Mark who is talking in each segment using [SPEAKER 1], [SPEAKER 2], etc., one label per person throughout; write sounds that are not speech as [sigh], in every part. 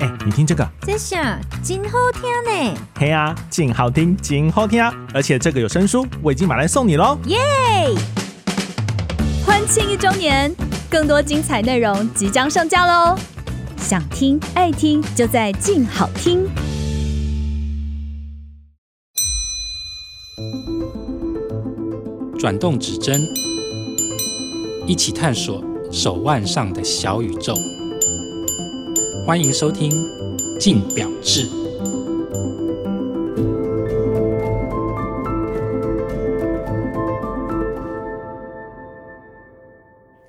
[SPEAKER 1] 哎、你听这个，
[SPEAKER 2] 这下真好听呢！
[SPEAKER 1] 嘿啊，劲好听，劲好听啊！而且这个有声书，我已经买来送你喽。
[SPEAKER 2] 嘿，
[SPEAKER 3] 欢庆一周年，更多精彩内容即将上架喽！想听爱听就在静好听。
[SPEAKER 4] 转动指针，一起探索手腕上的小宇宙。欢迎收听《静表志》。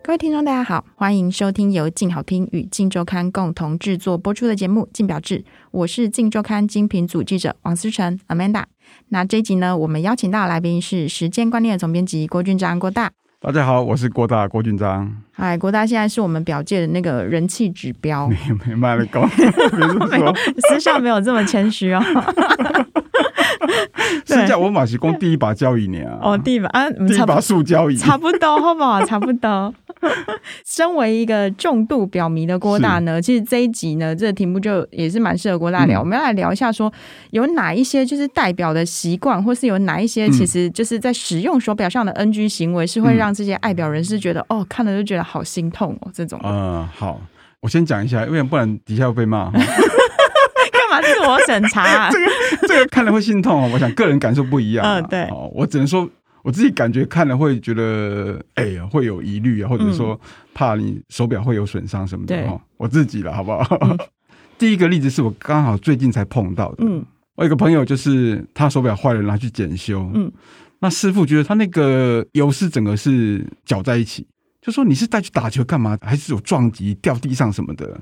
[SPEAKER 5] 各位听众，大家好，欢迎收听由静好听与静周刊共同制作播出的节目《静表志》，我是静周刊精品组记者王思成 Amanda。那这一集呢，我们邀请到的来宾是时间观念的总编辑郭俊章，郭大。
[SPEAKER 6] 大家好，我是郭大郭俊章， [laughs]
[SPEAKER 5] 哎，郭大现在是我们表界的那个人气指标，
[SPEAKER 6] 也没卖了
[SPEAKER 5] [laughs]
[SPEAKER 6] 高，别这
[SPEAKER 5] 哎
[SPEAKER 6] 么说，
[SPEAKER 5] 私下没有这么谦虚哦。
[SPEAKER 6] 私下我马是光第一把交椅呢、
[SPEAKER 5] 哦，第一把啊，嗯
[SPEAKER 6] 第一
[SPEAKER 5] 差不
[SPEAKER 6] 把塑胶 [laughs] 椅，
[SPEAKER 5] 差不多，好不好？差不
[SPEAKER 6] [laughs]
[SPEAKER 5] 多。身为一个重度表迷的郭大呢，其实这一集呢，这个题目就也是蛮适合郭大聊。
[SPEAKER 6] 嗯
[SPEAKER 5] 我们要来聊一下说，有哪一些就是代表的习惯，或是有哪一些其实就是在使用手表上的 NG 行为，是会
[SPEAKER 6] 嗯
[SPEAKER 5] 让这些爱表人士觉得、哦，看了就觉得好心痛哦，这种。
[SPEAKER 6] 嗯，好，我先讲一下，因为不然底下会被骂。哈
[SPEAKER 5] [laughs] 干嘛自我审查、啊？
[SPEAKER 6] [laughs] 这个看了会心痛哦，我想个人感受不一样啊。
[SPEAKER 5] 嗯对
[SPEAKER 6] 哦，我只能说我自己感觉看了会觉得，哎呀，会有疑虑啊，或者说怕你手表会有损伤什么的
[SPEAKER 5] 嗯对
[SPEAKER 6] 哦。我自己了，好不好？ [laughs] 第一个例子是我刚好最近才碰到的，
[SPEAKER 5] 嗯，
[SPEAKER 6] 我有一个朋友，就是他手表坏了，拿去检修。
[SPEAKER 5] 嗯
[SPEAKER 6] 嗯，那师傅觉得他那个油是整个是搅在一起，就说你是带去打球干嘛？还是有撞击掉地上什么的？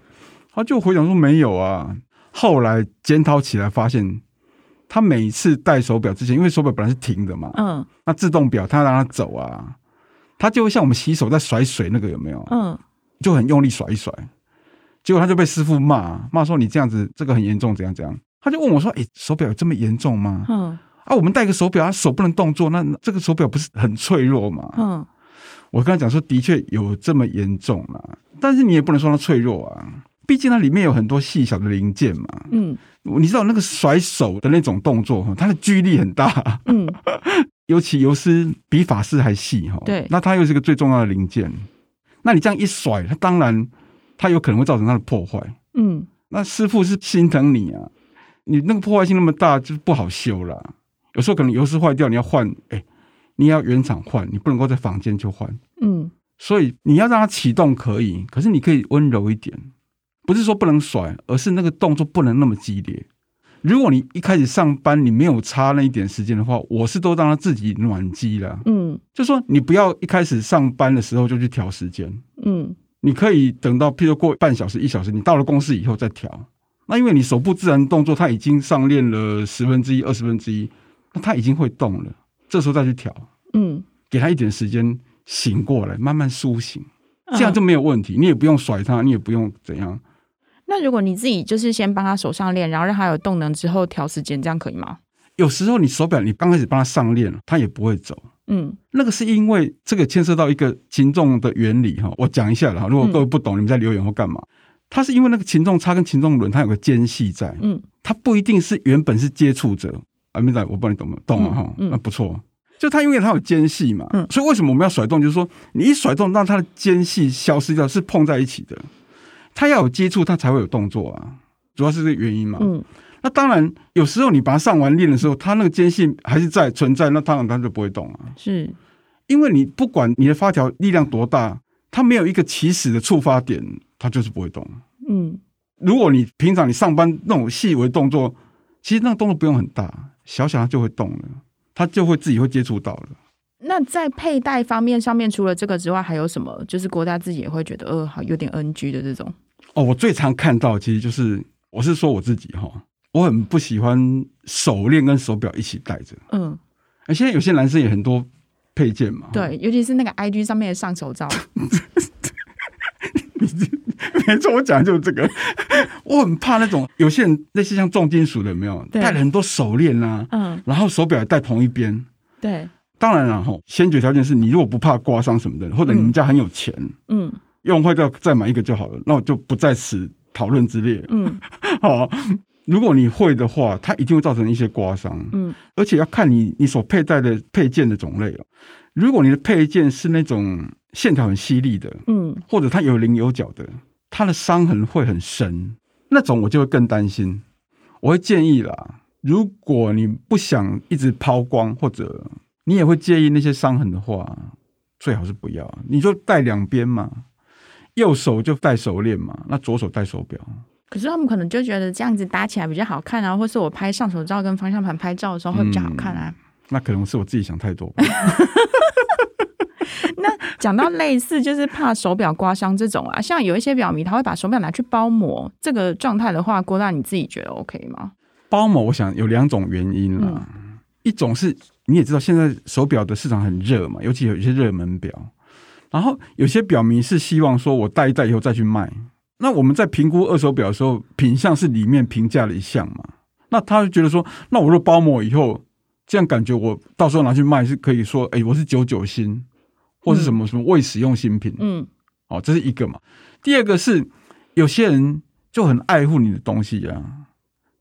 [SPEAKER 6] 他就回想说没有啊。后来检讨起来，发现他每一次戴手表之前，因为手表本来是停的嘛，
[SPEAKER 5] 嗯
[SPEAKER 6] 那自动表他让它走啊，他就会像我们洗手在甩水那个有没有？
[SPEAKER 5] 嗯，
[SPEAKER 6] 就很用力甩一甩，结果他就被师傅骂，骂说你这样子这个很严重，怎样怎样。他就问我说：“诶，手表有这么严重吗？
[SPEAKER 5] 嗯
[SPEAKER 6] 啊，我们戴个手表，啊，手不能动作，那这个手表不是很脆弱吗？”
[SPEAKER 5] 嗯，
[SPEAKER 6] 我跟他讲说，的确有这么严重啦、但是你也不能说它脆弱啊，毕竟它里面有很多细小的零件嘛。
[SPEAKER 5] 嗯
[SPEAKER 6] 你知道那个甩手的那种动作，哈它的距离很大，
[SPEAKER 5] 嗯，
[SPEAKER 6] 尤其游丝比法式还细哈。
[SPEAKER 5] 对
[SPEAKER 6] 那它又是一个最重要的零件，那你这样一甩，它当然它有可能会造成它的破坏。
[SPEAKER 5] 嗯，
[SPEAKER 6] 那师傅是心疼你啊，你那个破坏性那么大，就是不好修啦。有时候可能油丝坏掉，你要换，哎、你也要原厂换，你不能够在房间就换。
[SPEAKER 5] 嗯，
[SPEAKER 6] 所以你要让它启动可以，可是你可以温柔一点，不是说不能甩，而是那个动作不能那么激烈。如果你一开始上班你没有差那一点时间的话，我是都让它自己暖机啦。
[SPEAKER 5] 嗯，
[SPEAKER 6] 就说你不要一开始上班的时候就去调时间，
[SPEAKER 5] 嗯，
[SPEAKER 6] 你可以等到，譬如过半小时、一小时，你到了公司以后再调。那因为你手部自然动作，它已经上练了十分之一、二十分之一，那它已经会动了，这时候再去调，
[SPEAKER 5] 嗯，
[SPEAKER 6] 给它一点时间醒过来，慢慢苏醒，这样就没有问题。你也不用甩它，你也不用怎样。
[SPEAKER 5] 那如果你自己就是先帮他手上练，然后让他有动能之后调时间，这样可以吗？
[SPEAKER 6] 有时候你手表你刚开始帮它上链，它也不会走。
[SPEAKER 5] 嗯
[SPEAKER 6] 那个是因为这个牵涉到一个擒纵的原理哈，我讲一下了哈。如果各位不懂，你们在留言或干嘛？它是因为那个擒纵叉跟擒纵轮它有个间隙在，
[SPEAKER 5] 嗯
[SPEAKER 6] 他不一定是原本是接触者。啊，明仔，我不知道你懂不懂啊？
[SPEAKER 5] 嗯
[SPEAKER 6] 哈、
[SPEAKER 5] 嗯
[SPEAKER 6] 那不错。就他因为他有间隙嘛，
[SPEAKER 5] 嗯
[SPEAKER 6] 所以为什么我们要甩动？就是说，你一甩动，让它的间隙消失掉，是碰在一起的。它要有接触，它才会有动作啊。主要是这个原因嘛。
[SPEAKER 5] 嗯
[SPEAKER 6] 那当然，有时候你把它上完练的时候，它那个间隙还是在存在，那当然它就不会动啊。
[SPEAKER 5] 是
[SPEAKER 6] 因为你不管你的发条力量多大，它没有一个起始的触发点，它就是不会动。
[SPEAKER 5] 嗯
[SPEAKER 6] 如果你平常你上班那种细微动作，其实那个动作不用很大，小小它就会动了，它就会自己会接触到了。
[SPEAKER 5] 那在佩戴方面上面，除了这个之外，还有什么？就是郭大自己也会觉得，呃，好有点 NG 的这种。
[SPEAKER 6] 哦，我最常看到其实就是，我是说我自己哈，我很不喜欢手链跟手表一起戴着。
[SPEAKER 5] 嗯，哦
[SPEAKER 6] 哎，现在有些男生也很多配件嘛， [laughs]
[SPEAKER 5] 对，尤其是那个 IG 上面的上手照，
[SPEAKER 6] 没错，我讲的就是这个。 [laughs] 我很怕那种有些人类似像重金属的，有没有
[SPEAKER 5] 对
[SPEAKER 6] 戴了很多手链啊，
[SPEAKER 5] 嗯，
[SPEAKER 6] 然后手表也戴同一边。
[SPEAKER 5] 对，
[SPEAKER 6] 当然了，吼，先决条件是你如果不怕刮伤什么的，或者你们家很有钱，
[SPEAKER 5] 嗯
[SPEAKER 6] 用坏掉再买一个就好了，那我就不在此讨论之列。 [laughs]
[SPEAKER 5] 嗯
[SPEAKER 6] 好，如果你会的话，它一定会造成一些刮伤。
[SPEAKER 5] 嗯，
[SPEAKER 6] 而且要看你你所佩戴的配件的种类哦。如果你的配件是那种线条很犀利的，
[SPEAKER 5] 嗯，
[SPEAKER 6] 或者它有棱有角的，它的伤痕会很深，那种我就会更担心。我会建议啦，如果你不想一直抛光，或者你也会介意那些伤痕的话，最好是不要，你就戴两边嘛，右手就戴手链嘛，那左手戴手表。
[SPEAKER 5] 可是他们可能就觉得这样子搭起来比较好看啊，或是我拍上手照跟方向盘拍照的时候会比较好看啊。
[SPEAKER 6] 那可能是我自己想太多吧。
[SPEAKER 5] 讲到类似就是怕手表刮伤这种啊，像有一些表迷他会把手表拿去包膜，这个状态的话，郭大你自己觉得 OK 吗？
[SPEAKER 6] 包膜，我想有两种原因啦，一种是你也知道，现在手表的市场很热嘛，尤其有一些热门表，然后有些表迷是希望说我戴一戴以后再去卖。那我们在评估二手表的时候，品相是里面评价的一项嘛，那他就觉得说，那我若包膜以后，这样感觉我到时候拿去卖是可以说，哎、我是九九新，或是什么什么未使用新品，
[SPEAKER 5] 嗯
[SPEAKER 6] 哦，这是一个嘛。第二个是有些人就很爱护你的东西啊，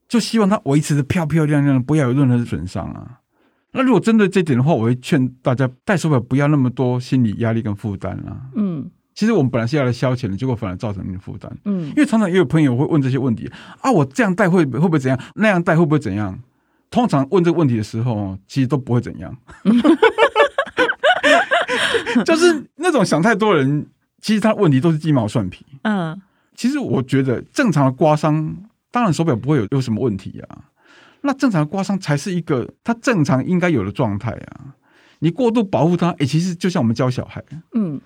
[SPEAKER 6] 就希望它维持的漂漂亮亮的，不要有任何损伤啊。那如果针对这一点的话，我会劝大家戴手表不要那么多心理压力跟负担啊。
[SPEAKER 5] 嗯
[SPEAKER 6] 其实我们本来是要来消遣的，结果反而造成你的负担。
[SPEAKER 5] 嗯
[SPEAKER 6] 因，为常常也有朋友会问这些问题啊，我这样戴会会不会怎样？那样戴会不会怎样？通常问这个问题的时候，其实都不会怎样， [laughs] 就是那种想太多的人，其实他问题都是鸡毛蒜皮。
[SPEAKER 5] 嗯
[SPEAKER 6] 其实我觉得正常的刮伤，当然手表不会有有什么问题啊。那正常的刮伤才是一个它正常应该有的状态啊。你过度保护它，诶，其实就像我们教小孩，
[SPEAKER 5] 嗯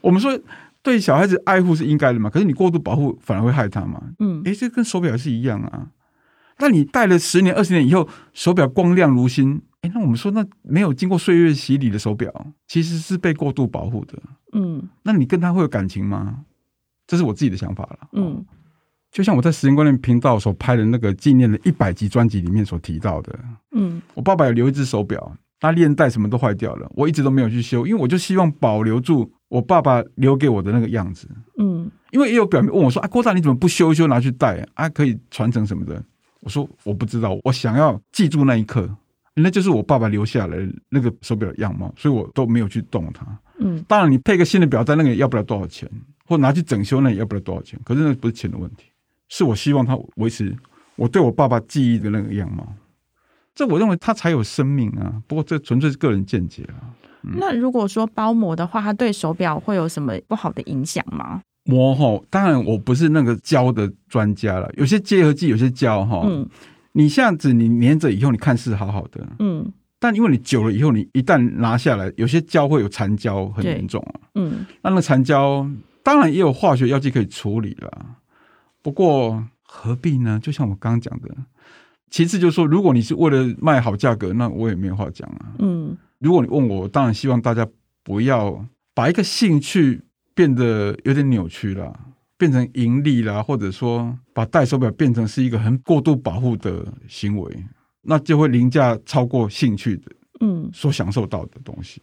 [SPEAKER 6] 我们说对小孩子爱护是应该的嘛，可是你过度保护反而会害他嘛。
[SPEAKER 5] 嗯
[SPEAKER 6] 诶，这跟手表是一样啊。那你戴了十年、二十年以后，手表光亮如新，诶，那我们说那没有经过岁月洗礼的手表，其实是被过度保护的。
[SPEAKER 5] 嗯
[SPEAKER 6] 那你跟他会有感情吗？这是我自己的想法了。
[SPEAKER 5] 嗯
[SPEAKER 6] 就像我在时间观念频道所拍的那个纪念的一百集专辑里面所提到的，
[SPEAKER 5] 嗯
[SPEAKER 6] 我爸爸有留一只手表，那链带什么都坏掉了，我一直都没有去修，因为我就希望保留住我爸爸留给我的那个样子。
[SPEAKER 5] 嗯
[SPEAKER 6] 因为也有表面问我说：“啊，郭大你怎么不修一修拿去戴啊？可以传承什么的？”我说：“我不知道，我想要记住那一刻，那就是我爸爸留下来的那个手表的样貌，所以我都没有去动它。
[SPEAKER 5] 嗯
[SPEAKER 6] 当然，你配个新的表带，那个也要不了多少钱，或拿去整修，那也要不了多少钱。可是那不是钱的问题，是我希望它维持我对我爸爸记忆的那个样貌。这我认为它才有生命啊。不过这纯粹是个人见解啊。
[SPEAKER 5] 那如果说包膜的话，它对手表会有什么不好的影响吗？
[SPEAKER 6] 膜吼，当然我不是那个胶的专家了，有些结合剂，有些胶哈。
[SPEAKER 5] 嗯
[SPEAKER 6] 你这样子你粘着以后，你看似好好的，
[SPEAKER 5] 嗯
[SPEAKER 6] 但因为你久了以后，你一旦拿下来，有些胶会有残胶，很
[SPEAKER 5] 对
[SPEAKER 6] 严重啊。
[SPEAKER 5] 嗯
[SPEAKER 6] 那那个残胶当然也有化学药剂可以处理啦，不过何必呢？就像我刚刚讲的，其次就是说，如果你是为了卖好价格，那我也没有话讲啊。
[SPEAKER 5] 嗯
[SPEAKER 6] 如果你问我，我当然希望大家不要把一个兴趣变得有点扭曲啦，变成盈利啦，或者说把戴手表变成是一个很过度保护的行为，那就会凌驾超过兴趣的
[SPEAKER 5] 嗯，
[SPEAKER 6] 所享受到的东西，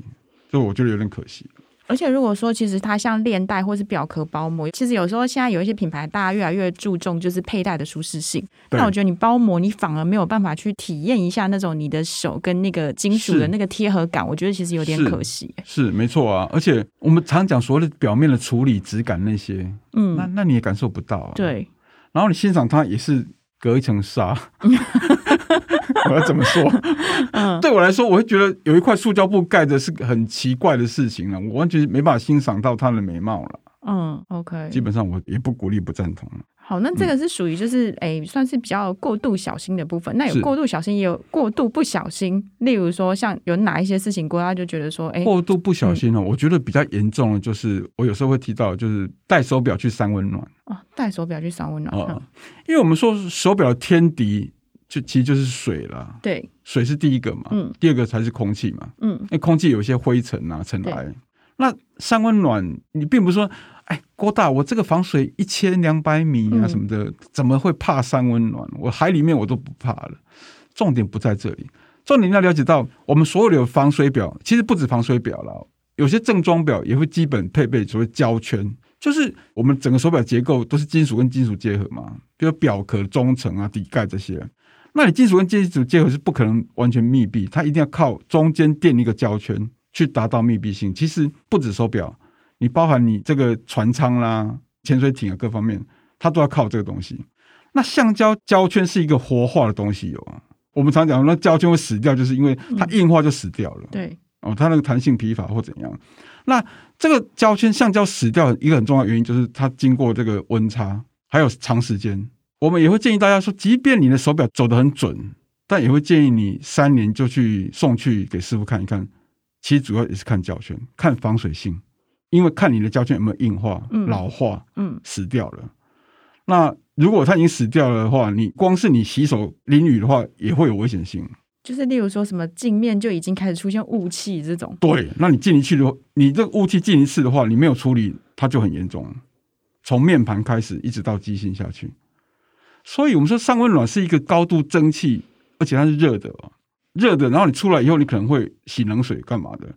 [SPEAKER 6] 所以我觉得有点可惜。
[SPEAKER 5] 而且如果说其实它像链带或是表壳包膜，其实有时候现在有一些品牌大家越来越注重就是佩戴的舒适性，
[SPEAKER 6] 对
[SPEAKER 5] 那我觉得你包膜你反而没有办法去体验一下那种你的手跟那个金属的
[SPEAKER 6] 是
[SPEAKER 5] 那个贴合感，我觉得其实有点
[SPEAKER 6] 是
[SPEAKER 5] 可惜。
[SPEAKER 6] 是没错啊，而且我们常讲所谓的表面的处理、质感那些，那
[SPEAKER 5] 嗯，
[SPEAKER 6] 那你也感受不到啊。，
[SPEAKER 5] 对，
[SPEAKER 6] 然后你欣赏它也是隔一
[SPEAKER 5] [laughs]
[SPEAKER 6] 层纱。我要怎么说？
[SPEAKER 5] 嗯
[SPEAKER 6] 对我来说，我会觉得有一块塑胶布盖着是个很奇怪的事情了，啊我完全没办法欣赏到它的美貌了。
[SPEAKER 5] 嗯，OK，
[SPEAKER 6] 基本上我也不鼓励、不赞同啊了。
[SPEAKER 5] 好，那这个是属于就是诶、算是比较过度小心的部分。那有
[SPEAKER 6] 嗯是
[SPEAKER 5] 过度小心，也有过度不小心。例如说，像有哪一些事情，郭大就觉得说，诶、
[SPEAKER 6] 过度不小心哦，我觉得比较严重的就是我有时候会提到，就是戴手表去三温暖。
[SPEAKER 5] 哦，戴手表去赏温暖，
[SPEAKER 6] 啊
[SPEAKER 5] 嗯，
[SPEAKER 6] 因为我们说手表的天敌就其实就是水啦，
[SPEAKER 5] 对，
[SPEAKER 6] 水是第一个嘛，
[SPEAKER 5] 嗯
[SPEAKER 6] 第二个才是空气嘛。
[SPEAKER 5] 嗯
[SPEAKER 6] 那哎空气有一些灰尘啊、尘埃，那三温暖你并不是说，哎，郭大，我这个防水一千两百米啊
[SPEAKER 5] 嗯
[SPEAKER 6] 什么的，怎么会怕三温暖？我海里面我都不怕了。重点不在这里，重点要了解到，我们所有的防水表，其实不止防水表啦，有些正装表也会基本配备所谓胶圈。就是我们整个手表结构都是金属跟金属结合嘛，比如表壳、中层啊、底盖这些。那你金属跟金属结合是不可能完全密闭，它一定要靠中间垫一个胶圈去达到密闭性。其实不止手表，你包含你这个船舱啦、潜水艇啊各方面，它都要靠这个东西。那橡胶胶圈是一个活化的东西哦，我们常讲那胶圈会死掉，就是因为它硬化就死掉了。
[SPEAKER 5] 对，
[SPEAKER 6] 哦，它那个弹性疲乏或怎样。那这个胶圈橡胶死掉一个很重要的原因就是它经过这个温差，还有长时间。我们也会建议大家说，即便你的手表走得很准，但也会建议你三年就去送去给师傅看一看。其实主要也是看胶圈，看防水性，因为看你的胶圈有没有硬化、
[SPEAKER 5] 嗯
[SPEAKER 6] 老化，
[SPEAKER 5] 嗯，
[SPEAKER 6] 死掉了。那如果它已经死掉了的话，你光是你洗手淋雨的话，也会有危险性。
[SPEAKER 5] 就是例如说什么镜面就已经开始出现雾气这种，
[SPEAKER 6] 对，那你进一去的话，你这个雾气进一次的话，你没有处理，它就很严重了，从面盘开始一直到机芯下去。所以我们说上温暖是一个高度蒸汽，而且它是热的、哦，热的，然后你出来以后，你可能会洗冷水干嘛的，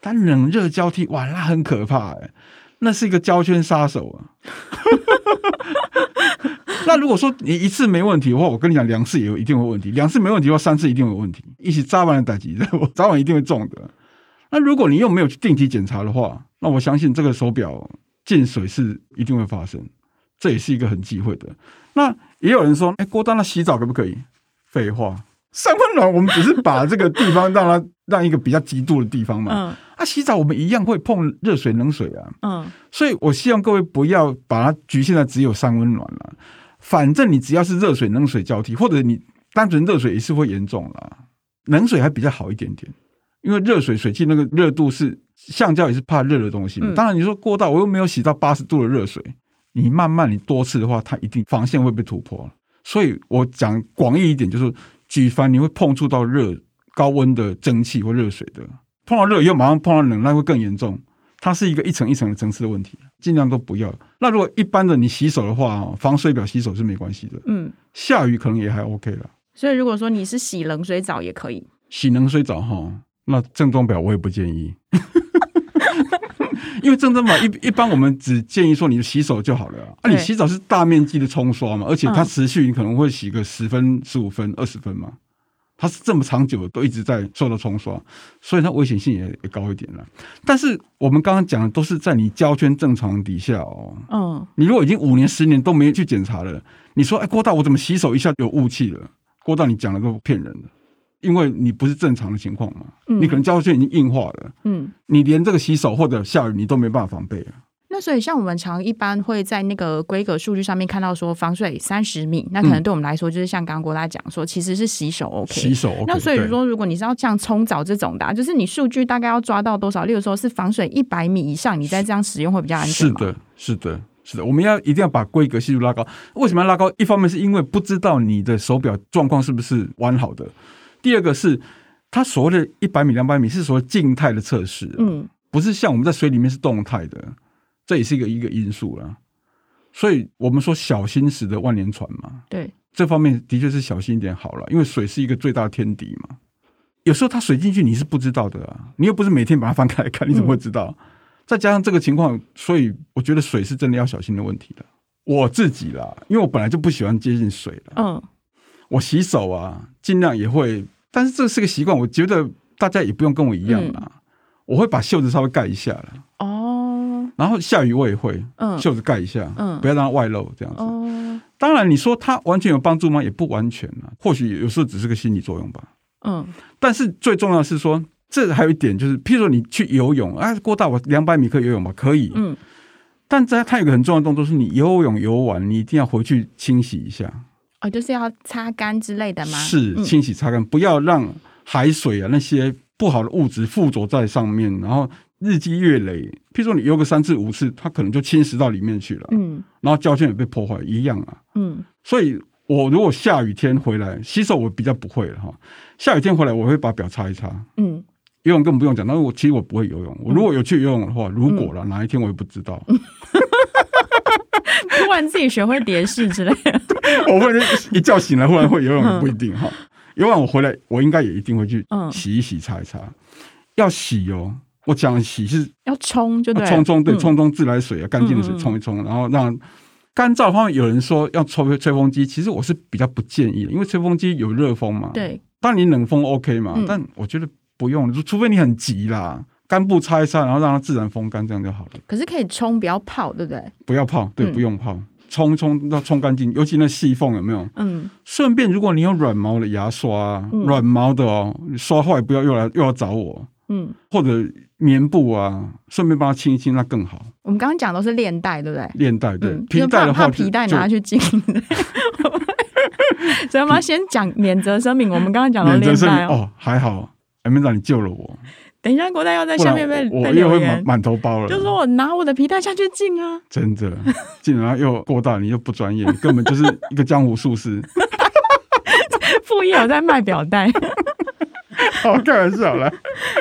[SPEAKER 6] 但冷热交替，哇，那很可怕哎，那是一个胶圈杀手啊。 [laughs] 那如果说你一次没问题的话，我跟你讲，两次也有一定会有问题，两次没问题的话，三次一定会有问题，一起扎完的打击，我早晚一定会中的。那如果你又没有去定期检查的话，那我相信这个手表进水是一定会发生，这也是一个很忌讳的。那也有人说，哎，郭丹，那洗澡可不可以？废话，三温暖我们只是把这个地方让它让一个比较极度的地方嘛。
[SPEAKER 5] 嗯
[SPEAKER 6] 啊，洗澡我们一样会碰热水、冷水啊，
[SPEAKER 5] 嗯，
[SPEAKER 6] 所以我希望各位不要把它局限在只有三温暖了。反正你只要是热水、冷水交替，或者你单纯热水也是会严重啦，冷水还比较好一点点，因为热水水汽那个热度是橡胶也是怕热的东西嘛。
[SPEAKER 5] 嗯
[SPEAKER 6] 当然你说过道，我又没有洗到八十度的热水，你慢慢你多次的话，它一定防线会被突破。所以我讲广义一点，就是举凡你会碰触到热高温的蒸汽或热水的，碰到热又马上碰到冷，那会更严重。它是一个一层一层的层次的问题，尽量都不要。那如果一般的你洗手的话，哦防水表洗手是没关系的，
[SPEAKER 5] 嗯，
[SPEAKER 6] 下雨可能也还 OK 了。
[SPEAKER 5] 所以如果说你是洗冷水澡也可以，
[SPEAKER 6] 洗冷水澡哈，那正装表我也不建议， [laughs] 因为正装表一一般我们只建议说你洗手就好了啊。啊
[SPEAKER 5] 对
[SPEAKER 6] 你洗澡是大面积的冲刷嘛，而且它
[SPEAKER 5] 嗯
[SPEAKER 6] 持续你可能会洗个十分、十五分、二十分嘛，它是这么长久的都一直在受到冲刷，所以它危险性也也高一点了。但是我们刚刚讲的都是在你胶圈正常底下哦，
[SPEAKER 5] 嗯，
[SPEAKER 6] 你如果已经五年、十年都没去检查了，你说哎，郭大我怎么洗手一下有雾气了？郭大你讲的都骗人的，因为你不是正常的情况嘛，
[SPEAKER 5] 嗯
[SPEAKER 6] 你可能胶圈已经硬化了，
[SPEAKER 5] 嗯。
[SPEAKER 6] 你连这个洗手或者下雨你都没办法防备了。
[SPEAKER 5] 那所以，像我们常一般会在那个规格数据上面看到说防水三十米，那可能对我们来说就是像刚刚郭大讲说，其实是洗手 OK。
[SPEAKER 6] 嗯洗手 OK，
[SPEAKER 5] 那所以
[SPEAKER 6] 对
[SPEAKER 5] 说，如果你是要像冲澡这种的、啊，就是你数据大概要抓到多少？例如说是防水一百米以上，你再这样使用会比较安全
[SPEAKER 6] 是
[SPEAKER 5] 嘛？
[SPEAKER 6] 的，是的，是的，我们要一定要把规格系数拉高。为什么要拉高？一方面是因为不知道你的手表状况是不是完好的，第二个是它所谓的一百米、两百米是所谓静态的测试、嗯。
[SPEAKER 5] 嗯，
[SPEAKER 6] 不是像我们在水里面是动态的，这也是一个一个因素啦。所以我们说小心驶得万年船嘛，
[SPEAKER 5] 对，
[SPEAKER 6] 这方面的确是小心一点好了，因为水是一个最大的天敌嘛。有时候它水进去你是不知道的啊，你又不是每天把它翻开来看，你怎么会知道？再加上这个情况，所以我觉得水是真的要小心的问题了。我自己啦，因为我本来就不喜欢接近水了，
[SPEAKER 5] 嗯，
[SPEAKER 6] 我洗手啊，尽量也会，但是这是个习惯，我觉得大家也不用跟我一样啦，我会把袖子稍微盖一下啦。
[SPEAKER 5] 嗯哦，
[SPEAKER 6] 然后下雨我也会，
[SPEAKER 5] 嗯
[SPEAKER 6] 袖子盖一下，
[SPEAKER 5] 嗯
[SPEAKER 6] 不要让它外露这样子。
[SPEAKER 5] 哦，
[SPEAKER 6] 当然，你说它完全有帮助吗？也不完全啊，或许有时候只是个心理作用吧。
[SPEAKER 5] 嗯，
[SPEAKER 6] 但是最重要的是说，这还有一点就是，譬如说你去游泳啊，郭大我两百米可以游泳吗？可以，
[SPEAKER 5] 嗯，
[SPEAKER 6] 但在它有个很重要的动作是，你游泳游完，你一定要回去清洗一下，
[SPEAKER 5] 哦，就是要擦干之类的吗？
[SPEAKER 6] 是
[SPEAKER 5] 嗯
[SPEAKER 6] 清洗擦干，不要让海水啊那些不好的物质附着在上面，然后日积月累，譬如说你游个三次五次，它可能就侵蚀到里面去了。
[SPEAKER 5] 嗯
[SPEAKER 6] 然后胶圈也被破坏一样啊。
[SPEAKER 5] 嗯
[SPEAKER 6] 所以我如果下雨天回来洗手，我比较不会了哈。下雨天回来，我会把表擦一擦。
[SPEAKER 5] 嗯，
[SPEAKER 6] 游泳更不用讲，但是我其实我不会游泳。我如果有去游泳的话，如
[SPEAKER 5] 嗯
[SPEAKER 6] 果啦，哪一天我也不知
[SPEAKER 5] [laughs]
[SPEAKER 6] 道，
[SPEAKER 5] 突然自己学会蝶式之类的， [laughs]
[SPEAKER 6] 我会一觉醒来忽然会游泳也不一定哈。游完我回来，我应该也一定会去
[SPEAKER 5] 嗯
[SPEAKER 6] 洗一洗、擦一擦。要洗哦，我讲洗是啊
[SPEAKER 5] 要冲就对了，
[SPEAKER 6] 冲冲对
[SPEAKER 5] 嗯
[SPEAKER 6] 冲冲自来水啊，干净的水
[SPEAKER 5] 嗯嗯
[SPEAKER 6] 冲一冲，然后让干燥的方面有人说要抽吹风机，其实我是比较不建议的，因为吹风机有热风嘛，，
[SPEAKER 5] 对，
[SPEAKER 6] 当然你冷风 OK 嘛，
[SPEAKER 5] 嗯
[SPEAKER 6] 但我觉得不用，除非你很急啦，干布擦一擦，然后让它自然风干，这样就好了，
[SPEAKER 5] 可是可以冲，不要泡，对不对？
[SPEAKER 6] 不要泡，对，
[SPEAKER 5] 嗯
[SPEAKER 6] 不用泡。冲冲要冲干净，尤其那细缝有没有？
[SPEAKER 5] 嗯，
[SPEAKER 6] 顺便，如果你有软毛的牙刷啊，
[SPEAKER 5] 嗯
[SPEAKER 6] 软、毛的哦，你刷坏不要又来又要找我，
[SPEAKER 5] 嗯，
[SPEAKER 6] 或者棉布啊，顺便帮它清一清，那更好。
[SPEAKER 5] 我们刚刚讲都是链带，对不对？
[SPEAKER 6] 链带对，
[SPEAKER 5] 嗯，
[SPEAKER 6] 皮
[SPEAKER 5] 就
[SPEAKER 6] 带
[SPEAKER 5] 怕
[SPEAKER 6] 的
[SPEAKER 5] 怕
[SPEAKER 6] 话
[SPEAKER 5] 皮带
[SPEAKER 6] 就
[SPEAKER 5] 拿去浸。所以我们要先讲免责声明，我们刚刚讲到
[SPEAKER 6] 免责
[SPEAKER 5] 链
[SPEAKER 6] 声
[SPEAKER 5] 带
[SPEAKER 6] 明
[SPEAKER 5] 哦。
[SPEAKER 6] 哦，还好，哎，院长你救了我，
[SPEAKER 5] 等一下，郭代要在
[SPEAKER 6] 不
[SPEAKER 5] 下
[SPEAKER 6] 然
[SPEAKER 5] 面被
[SPEAKER 6] 我
[SPEAKER 5] 被
[SPEAKER 6] 我又
[SPEAKER 5] 留
[SPEAKER 6] 会满
[SPEAKER 5] 言，
[SPEAKER 6] 满头包了。
[SPEAKER 5] 就说我拿我的皮带下去浸啊。
[SPEAKER 6] 真的，竟然又过大，你又不专业，你根本就是一个江湖术士。
[SPEAKER 5] 副业有在卖表带。
[SPEAKER 6] 好，开玩笑啦。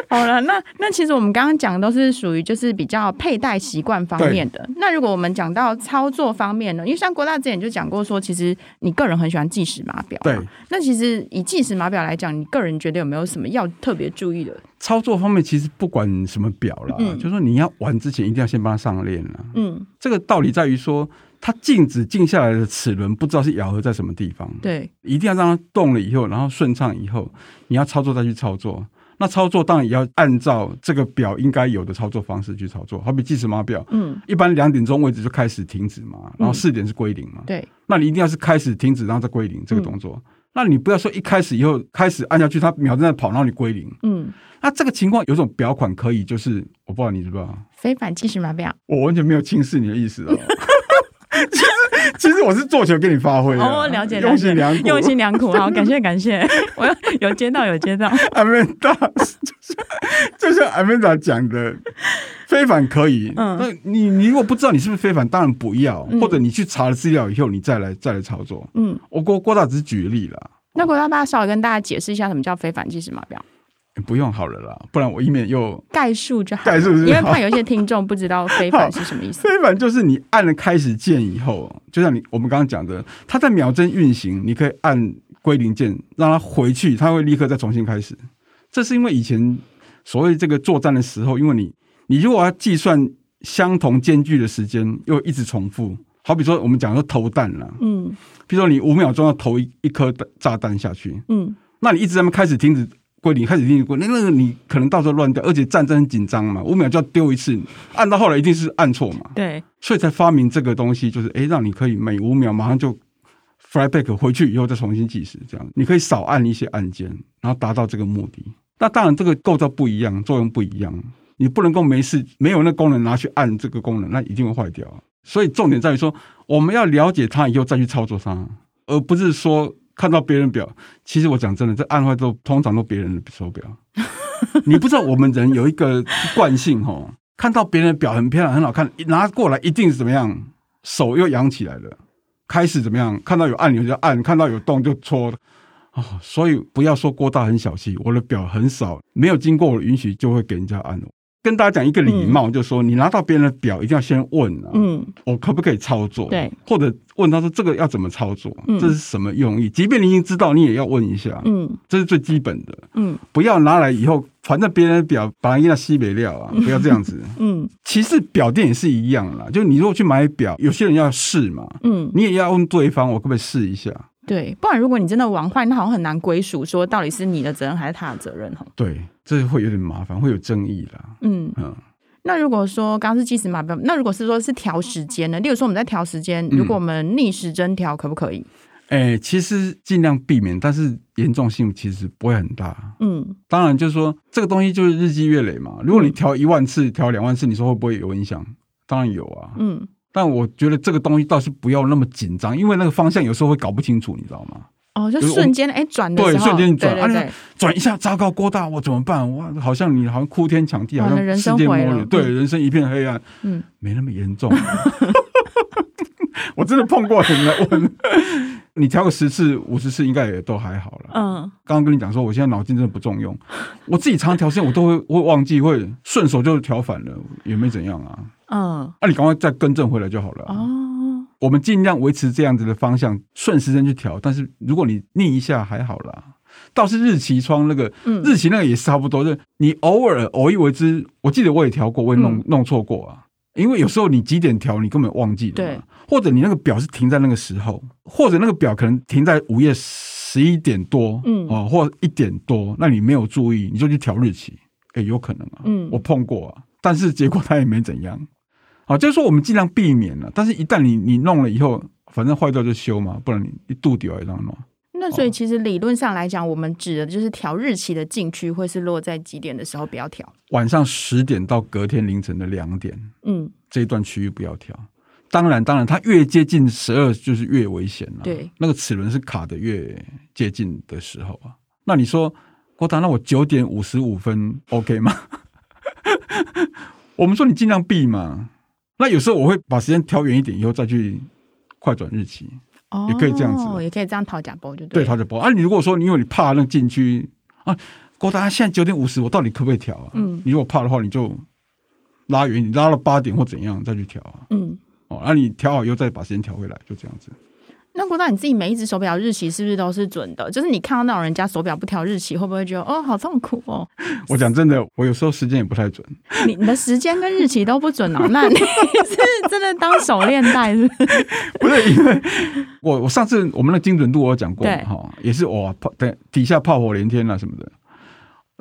[SPEAKER 5] 好了，那那其实我们刚刚讲的都是属于就是比较佩戴习惯方面的。那如果我们讲到操作方面呢，因为像郭大之前就讲过说，其实你个人很喜欢计时码表。
[SPEAKER 6] 对，，
[SPEAKER 5] 那其实以计时码表来讲，你个人觉得有没有什么要特别注意的？
[SPEAKER 6] 操作方面其实不管什么表啦，
[SPEAKER 5] 嗯
[SPEAKER 6] 就说你要玩之前一定要先帮它上链啦。
[SPEAKER 5] 嗯，
[SPEAKER 6] 这个道理在于说，它静止静下来的齿轮不知道是咬合在什么地方，
[SPEAKER 5] 对，
[SPEAKER 6] 一定要让它动了以后，然后顺畅以后，你要操作再去操作。那操作当然也要按照这个表应该有的操作方式去操作，好比计时码表，
[SPEAKER 5] 嗯，
[SPEAKER 6] 一般两点钟位置就开始停止嘛，然后四点是归零嘛，
[SPEAKER 5] 对，
[SPEAKER 6] 那你一定要是开始停止，然后再归零这个动作。那你不要说一开始以后开始按下去，它秒正在跑，然后你归零。
[SPEAKER 5] 嗯，
[SPEAKER 6] 那这个情况有种表款可以，就是我不知道你知不知道，
[SPEAKER 5] 非凡计时码表。
[SPEAKER 6] 我完全没有轻视你的意思哦。 [laughs] 其实，其实我是做球给你发挥的啊，
[SPEAKER 5] 哦，了解，
[SPEAKER 6] 用心良苦，
[SPEAKER 5] 用心良苦。好，感谢感谢， [laughs] 我有接到有接到。
[SPEAKER 6] 阿曼达，就像就像阿曼达讲的，非凡可以。
[SPEAKER 5] 嗯
[SPEAKER 6] 那你你如果不知道你是不是非凡，当然不要，
[SPEAKER 5] 嗯
[SPEAKER 6] 或者你去查了资料以后，你再来再来操作。
[SPEAKER 5] 嗯，
[SPEAKER 6] 我郭郭大只是举例啦。
[SPEAKER 5] 那郭大爸稍微跟大家解释一下什么叫非凡计时码表，
[SPEAKER 6] 欸不用好了啦，不然我以免 [laughs] 又
[SPEAKER 5] 概述就好了，
[SPEAKER 6] 概述是
[SPEAKER 5] 因为
[SPEAKER 6] 好
[SPEAKER 5] 怕有一些听众不知道非凡是什么意思。
[SPEAKER 6] [laughs] 非凡就是你按了开始键以后，就像你我们刚刚讲的，它在秒针运行，你可以按归零键让它回去，它会立刻再重新开始。这是因为以前所谓这个作战的时候，因为你你如果要计算相同间距的时间，又一直重复，好比说我们讲说投弹啦，
[SPEAKER 5] 嗯
[SPEAKER 6] 比如说你五秒钟要投一一颗弹炸弹下去，
[SPEAKER 5] 嗯，
[SPEAKER 6] 那你一直在那边开始停止归零，开始停止归零，那那个你可能到时候乱掉，而且战争很紧张嘛，五秒就要丢一次，按到后来一定是按错嘛。
[SPEAKER 5] 对，
[SPEAKER 6] 所以才发明这个东西，就是诶，让你可以每五秒马上就 fly back 回去以后再重新计时，这样你可以少按一些按键，然后达到这个目的。那当然，这个构造不一样，作用不一样，你不能够没事没有那功能拿去按这个功能，那一定会坏掉。所以重点在于说，我们要了解它以后再去操作它，而不是说看到别人表。其实我讲真的，这按坏都通常都别人的手表。你不知道我们人有一个惯性哦，看到别人的表很漂亮、很好看，一拿过来一定是怎么样，手又扬起来了，开始怎么样？看到有按钮就按，看到有洞就戳。哦，所以不要说郭大很小气，我的表很少，没有经过我的允许就会给人家按。跟大家讲一个礼貌，就是说你拿到别人的表一定要先问啊，
[SPEAKER 5] 嗯
[SPEAKER 6] 我可不可以操作？
[SPEAKER 5] 对，
[SPEAKER 6] 或者问他说这个要怎么操作？
[SPEAKER 5] 嗯
[SPEAKER 6] 这是什么用意？即便你已经知道，你也要问一下，
[SPEAKER 5] 嗯
[SPEAKER 6] 这是最基本的。
[SPEAKER 5] 嗯
[SPEAKER 6] 不要拿来以后反正别人的表，把人家西北料啊，不要这
[SPEAKER 5] [laughs]
[SPEAKER 6] 样子。
[SPEAKER 5] 嗯
[SPEAKER 6] 其实表店也是一样啦，就你如果去买表，有些人要试嘛，
[SPEAKER 5] 嗯，
[SPEAKER 6] 你也要问对方，我可不可以试一下？
[SPEAKER 5] 对，不然如果你真的玩坏，那好像很难归属，说到底是你的责任还是他的责任哈。
[SPEAKER 6] 对，这会有点麻烦，会有争议啦。
[SPEAKER 5] 嗯，
[SPEAKER 6] 嗯，
[SPEAKER 5] 那如果说刚刚是计时码表，那如果是说是调时间呢？例如说我们在调时间，如
[SPEAKER 6] 嗯
[SPEAKER 5] 果我们逆时针调，可不可以？
[SPEAKER 6] 哎，其实尽量避免，但是严重性其实不会很大。
[SPEAKER 5] 嗯
[SPEAKER 6] 当然，就是说这个东西就是日积月累嘛。如果你调一万次、调两万次，你说会不会有影响？当然有啊。
[SPEAKER 5] 嗯，
[SPEAKER 6] 但我觉得这个东西倒是不要那么紧张，因为那个方向有时候会搞不清楚，你知道吗？
[SPEAKER 5] 哦，就
[SPEAKER 6] 就是我们
[SPEAKER 5] 瞬间哎转的
[SPEAKER 6] 对
[SPEAKER 5] 时候，
[SPEAKER 6] 瞬间转
[SPEAKER 5] 对对
[SPEAKER 6] 啊转一下，糟糕，郭大，我怎么办？我好像你好像哭天抢地，好
[SPEAKER 5] 完了 [laughs]
[SPEAKER 6] 像
[SPEAKER 5] 人
[SPEAKER 6] 世
[SPEAKER 5] 生
[SPEAKER 6] 界末
[SPEAKER 5] 毁
[SPEAKER 6] 日
[SPEAKER 5] 了，
[SPEAKER 6] 对，
[SPEAKER 5] 嗯
[SPEAKER 6] 人生一片黑暗，
[SPEAKER 5] 嗯，
[SPEAKER 6] 没那么严重。 [laughs] 我真的碰过很难问，你调个十次、五十次应该也都还好了。
[SPEAKER 5] 嗯
[SPEAKER 6] 刚刚跟你讲说，我现在脑筋真的不重用，我自己常调线，我都会会忘记，会顺手就调反了，也没怎样啊。
[SPEAKER 5] 嗯
[SPEAKER 6] 那、你赶快再更正回来就好了啊、
[SPEAKER 5] 哦，
[SPEAKER 6] 我们尽量维持这样子的方向，顺时针去调。但是如果你逆一下还好啦，倒是日崎窗那个，
[SPEAKER 5] 嗯
[SPEAKER 6] 日崎那个也是差不多，就是你偶尔偶一为之。我记得我也调过，我也弄、
[SPEAKER 5] 嗯
[SPEAKER 6] 弄错过啊。因为有时候你几点调，你根本忘记了，
[SPEAKER 5] 对，
[SPEAKER 6] 或者你那个表是停在那个时候，或者那个表可能停在午夜十一点多，
[SPEAKER 5] 嗯
[SPEAKER 6] 哦，或一点多，那你没有注意，你就去调日期，哎、有可能啊，
[SPEAKER 5] 嗯
[SPEAKER 6] 我碰过啊，但是结果他也没怎样，啊，就是说我们尽量避免了、但是一旦你你弄了以后，反正坏掉就修嘛，不然你一度丢也让它弄。
[SPEAKER 5] 那所以其实理论上来讲，我们指的就是调日期的禁区会是落在几点的时候不要调。
[SPEAKER 6] 晚上十点到隔天凌晨的两点
[SPEAKER 5] 嗯，
[SPEAKER 6] 这一段区域不要调。当然，当然，它越接近十二就是越危险了、
[SPEAKER 5] 对，
[SPEAKER 6] 那个齿轮是卡的越接近的时候啊。那你说，郭达，那我九点五十五分 OK 吗？ [laughs] 我们说你尽量避嘛。那有时候我会把时间调远一点，以后再去快转日期。
[SPEAKER 5] 哦
[SPEAKER 6] 也可以这样子
[SPEAKER 5] 也可以这样讨假包，就
[SPEAKER 6] 对，
[SPEAKER 5] 对。
[SPEAKER 6] 他就播。啊，你如果说你因为你怕那个禁区啊，郭达现在九点五十，我到底可不可以调啊？
[SPEAKER 5] 嗯
[SPEAKER 6] 你如果怕的话，你就拉远，你拉到八点或怎样再去调啊。
[SPEAKER 5] 嗯，
[SPEAKER 6] 哦，那、你调好以后再把时间调回来，就这样子。
[SPEAKER 5] 那郭大，你自己每一只手表日期是不是都是准的？就是你看到那种人家手表不调日期，会不会觉得哦好痛苦哦？ [laughs]
[SPEAKER 6] 我讲真的，我有时候时间也不太准，
[SPEAKER 5] 你你的时间跟日期都不准
[SPEAKER 6] [laughs]
[SPEAKER 5] 哦，那你 [laughs] 是真的当手链戴是不是？
[SPEAKER 6] [laughs] 不是因为我我上次我们的精准度我有讲过嘛
[SPEAKER 5] 对
[SPEAKER 6] 哈、也是哇炮底底下炮火连天啊什么的。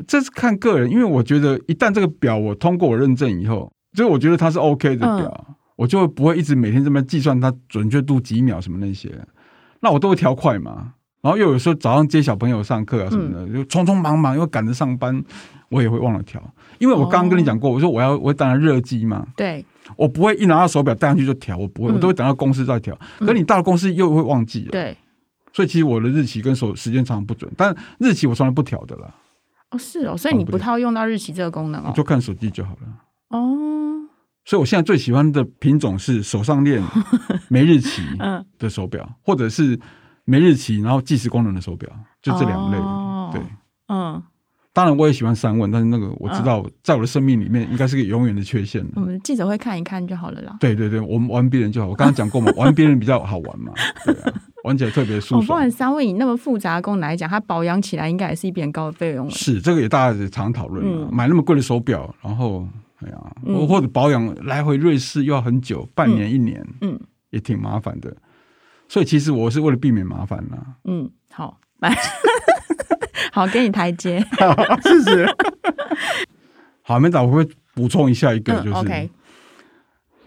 [SPEAKER 6] 这是看个人，因为我觉得一旦这个表我通过我认证以后，就是我觉得它是 OK 的表，我就不会一直每天这么计算它准确度几秒什么那些，那我都会调快嘛。然后又有时候早上接小朋友上课啊什么的，就匆匆忙忙又赶着上班，我也会忘了调，因为我刚刚跟你讲过，我说我要我当然热机嘛，
[SPEAKER 5] 对，
[SPEAKER 6] 我不会一拿到手表戴上去就调，我不会，
[SPEAKER 5] 嗯
[SPEAKER 6] 我都会等到公司再调。
[SPEAKER 5] 嗯
[SPEAKER 6] 可你到了公司又会忘记了，
[SPEAKER 5] 对，
[SPEAKER 6] 所以其实我的日期跟手时间常常不准，但日期我从来不调的啦，
[SPEAKER 5] 哦是哦，所以你不太用到日期这个功能
[SPEAKER 6] 我
[SPEAKER 5] 哦。
[SPEAKER 6] 就看手机就好了。
[SPEAKER 5] 哦，
[SPEAKER 6] 所以我现在最喜欢的品种是手
[SPEAKER 5] [laughs]
[SPEAKER 6] 上链没日期
[SPEAKER 5] 嗯，
[SPEAKER 6] 的手表，或者是没日期然后计时功能的手表，就这两类。
[SPEAKER 5] 哦
[SPEAKER 6] 对，
[SPEAKER 5] 嗯，
[SPEAKER 6] 当然我也喜欢三问，但是那个我知道在我的生命里面应该是个永远的缺陷了。
[SPEAKER 5] 我们记者会看一看就好了啦。
[SPEAKER 6] 对对对，我们玩别人就好。我刚刚
[SPEAKER 5] [laughs]
[SPEAKER 6] 讲过嘛，玩别人比较好玩嘛，对啊，玩起来特别舒
[SPEAKER 5] 哦，不
[SPEAKER 6] 爽
[SPEAKER 5] 然。三位以那么复杂的功能来讲，它保养起来应该也是一笔很高的费用了。
[SPEAKER 6] 是，这个也大家也常讨论嘛、
[SPEAKER 5] 嗯
[SPEAKER 6] 买那么贵的手表，然后哎呀，
[SPEAKER 5] 嗯
[SPEAKER 6] 或或者保养来回瑞士又要很久，半年一年，
[SPEAKER 5] 嗯
[SPEAKER 6] 也挺麻烦的。所以其实我是为了避免麻烦啦、
[SPEAKER 5] 嗯，好，
[SPEAKER 6] [laughs]
[SPEAKER 5] 来，好，给你台阶。
[SPEAKER 6] 谢谢。 [laughs] 好，梅导，我会补充一下一个，就是、
[SPEAKER 5] 嗯，OK，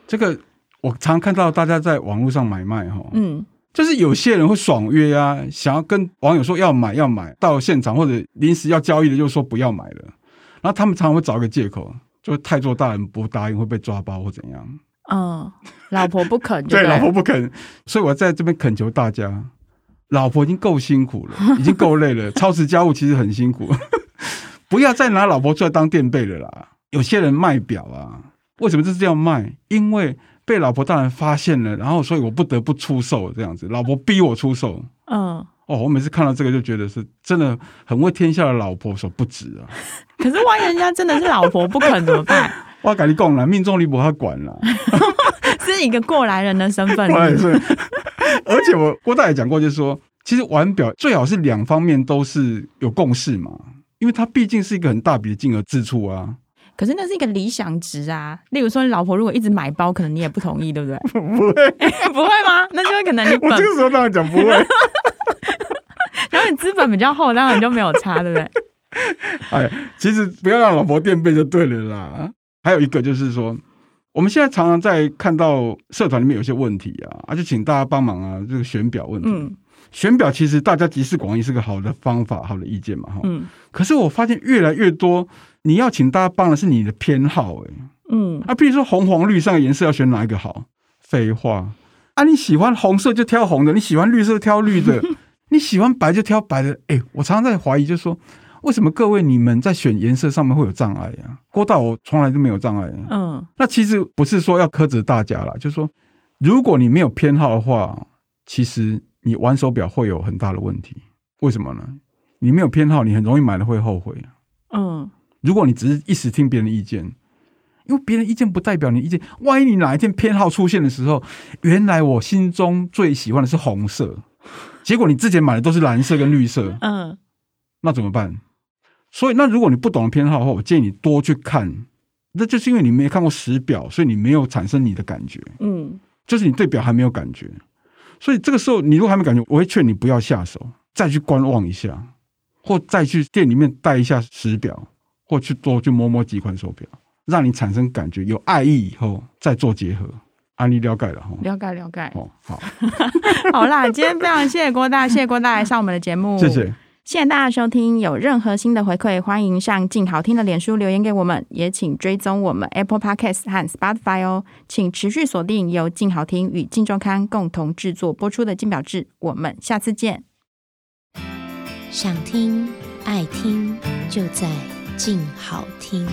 [SPEAKER 6] 这个我常看到大家在网络上买卖哈，
[SPEAKER 5] 嗯
[SPEAKER 6] 就是有些人会爽约啊，想要跟网友说要买要买，到现场或者临时要交易的就说不要买了，然后他们常常会找一个借口，就是太做大人不答应会被抓包或怎样，
[SPEAKER 5] 嗯，老婆不肯就
[SPEAKER 6] 对，
[SPEAKER 5] 对，
[SPEAKER 6] 老婆不肯，所以我在这边恳求大家，老婆已经够辛苦了，已经够累了，操持家务其实很辛苦， [laughs] 不要再拿老婆出来当垫背了啦。有些人卖表啊，为什么就是这样卖？因为被老婆大人发现了，然后所以我不得不出售这样子，老婆逼我出售。
[SPEAKER 5] 嗯。
[SPEAKER 6] 哦，我每次看到这个就觉得是真的很为天下的老婆所不值啊！
[SPEAKER 5] 可是万一人家真的是老婆不肯怎么
[SPEAKER 6] [laughs]
[SPEAKER 5] 办？
[SPEAKER 6] 我跟你讲了，命中率不他管了，
[SPEAKER 5] 是一个过来人的身份，
[SPEAKER 6] 我也是。而且我郭大也讲过，就是说，其实玩表最好是两方面都是有共识嘛，因为它毕竟是一个很大笔的金额支出啊。
[SPEAKER 5] 可是那是一个理想值啊。例如说，老婆如果一直买包，可能你也不同意，
[SPEAKER 6] [laughs]
[SPEAKER 5] 对不对？不会， [laughs] 不会吗？那就会可能你
[SPEAKER 6] [laughs] 我
[SPEAKER 5] 本，
[SPEAKER 6] 这个时候当然讲不会，
[SPEAKER 5] 然后你资本比较厚，当然就没有差，对不
[SPEAKER 6] [laughs]
[SPEAKER 5] 对？
[SPEAKER 6] 哎，其实不要让老婆垫背就对了啦。还有一个就是说，我们现在常常在看到社团里面有些问题啊，啊，就请大家帮忙啊，这个选表问题。
[SPEAKER 5] 嗯
[SPEAKER 6] 选表其实大家集思广益是个好的方法，好的意见嘛哈。
[SPEAKER 5] 嗯
[SPEAKER 6] 可是我发现越来越多，你要请大家帮的是你的偏好哎、
[SPEAKER 5] 嗯，
[SPEAKER 6] 啊，比如说红黄绿三个颜色要选哪一个好？废话啊，你喜欢红色就挑红的，你喜欢绿色就挑绿的，你喜欢白就挑白的。哎、我常常在怀疑，就是说为什么各位你们在选颜色上面会有障碍啊？郭大我从来都没有障碍、啊。
[SPEAKER 5] 嗯
[SPEAKER 6] 那其实不是说要苛责大家啦，就是说，如果你没有偏好的话，其实你玩手表会有很大的问题。为什么呢？你没有偏好，你很容易买了会后悔。
[SPEAKER 5] 嗯，
[SPEAKER 6] 如果你只是一时听别人的意见，因为别人意见不代表你意见，万一你哪一天偏好出现的时候，原来我心中最喜欢的是红色，结果你之前买的都是蓝色跟绿色，
[SPEAKER 5] 嗯，
[SPEAKER 6] 那怎么办？所以，那如果你不懂偏好的话，我建议你多去看。那就是因为你没看过实表，所以你没有产生你的感觉，
[SPEAKER 5] 嗯，
[SPEAKER 6] 就是你对表还没有感觉。所以这个时候，你如果还没感觉，我会劝你不要下手，再去观望一下，或再去店里面带一下实表，或去多去摸摸几款手表，让你产生感觉，有爱意以后再做结合。啊，你了解了哈？
[SPEAKER 5] 了解了解。
[SPEAKER 6] 哦，好，
[SPEAKER 5] 好啦，今天非常谢谢郭大，谢谢郭大来上我们的节目，
[SPEAKER 6] 哦谢谢。
[SPEAKER 5] 谢谢大家收听，有任何新的回馈，欢迎上静好听的脸书留言给我们，也请追踪我们 Apple Podcast 和 Spotify 哦。请持续锁定由静好听与静周刊共同制作播出的《静表志》，我们下次见。
[SPEAKER 2] 想听爱听，就在静好听。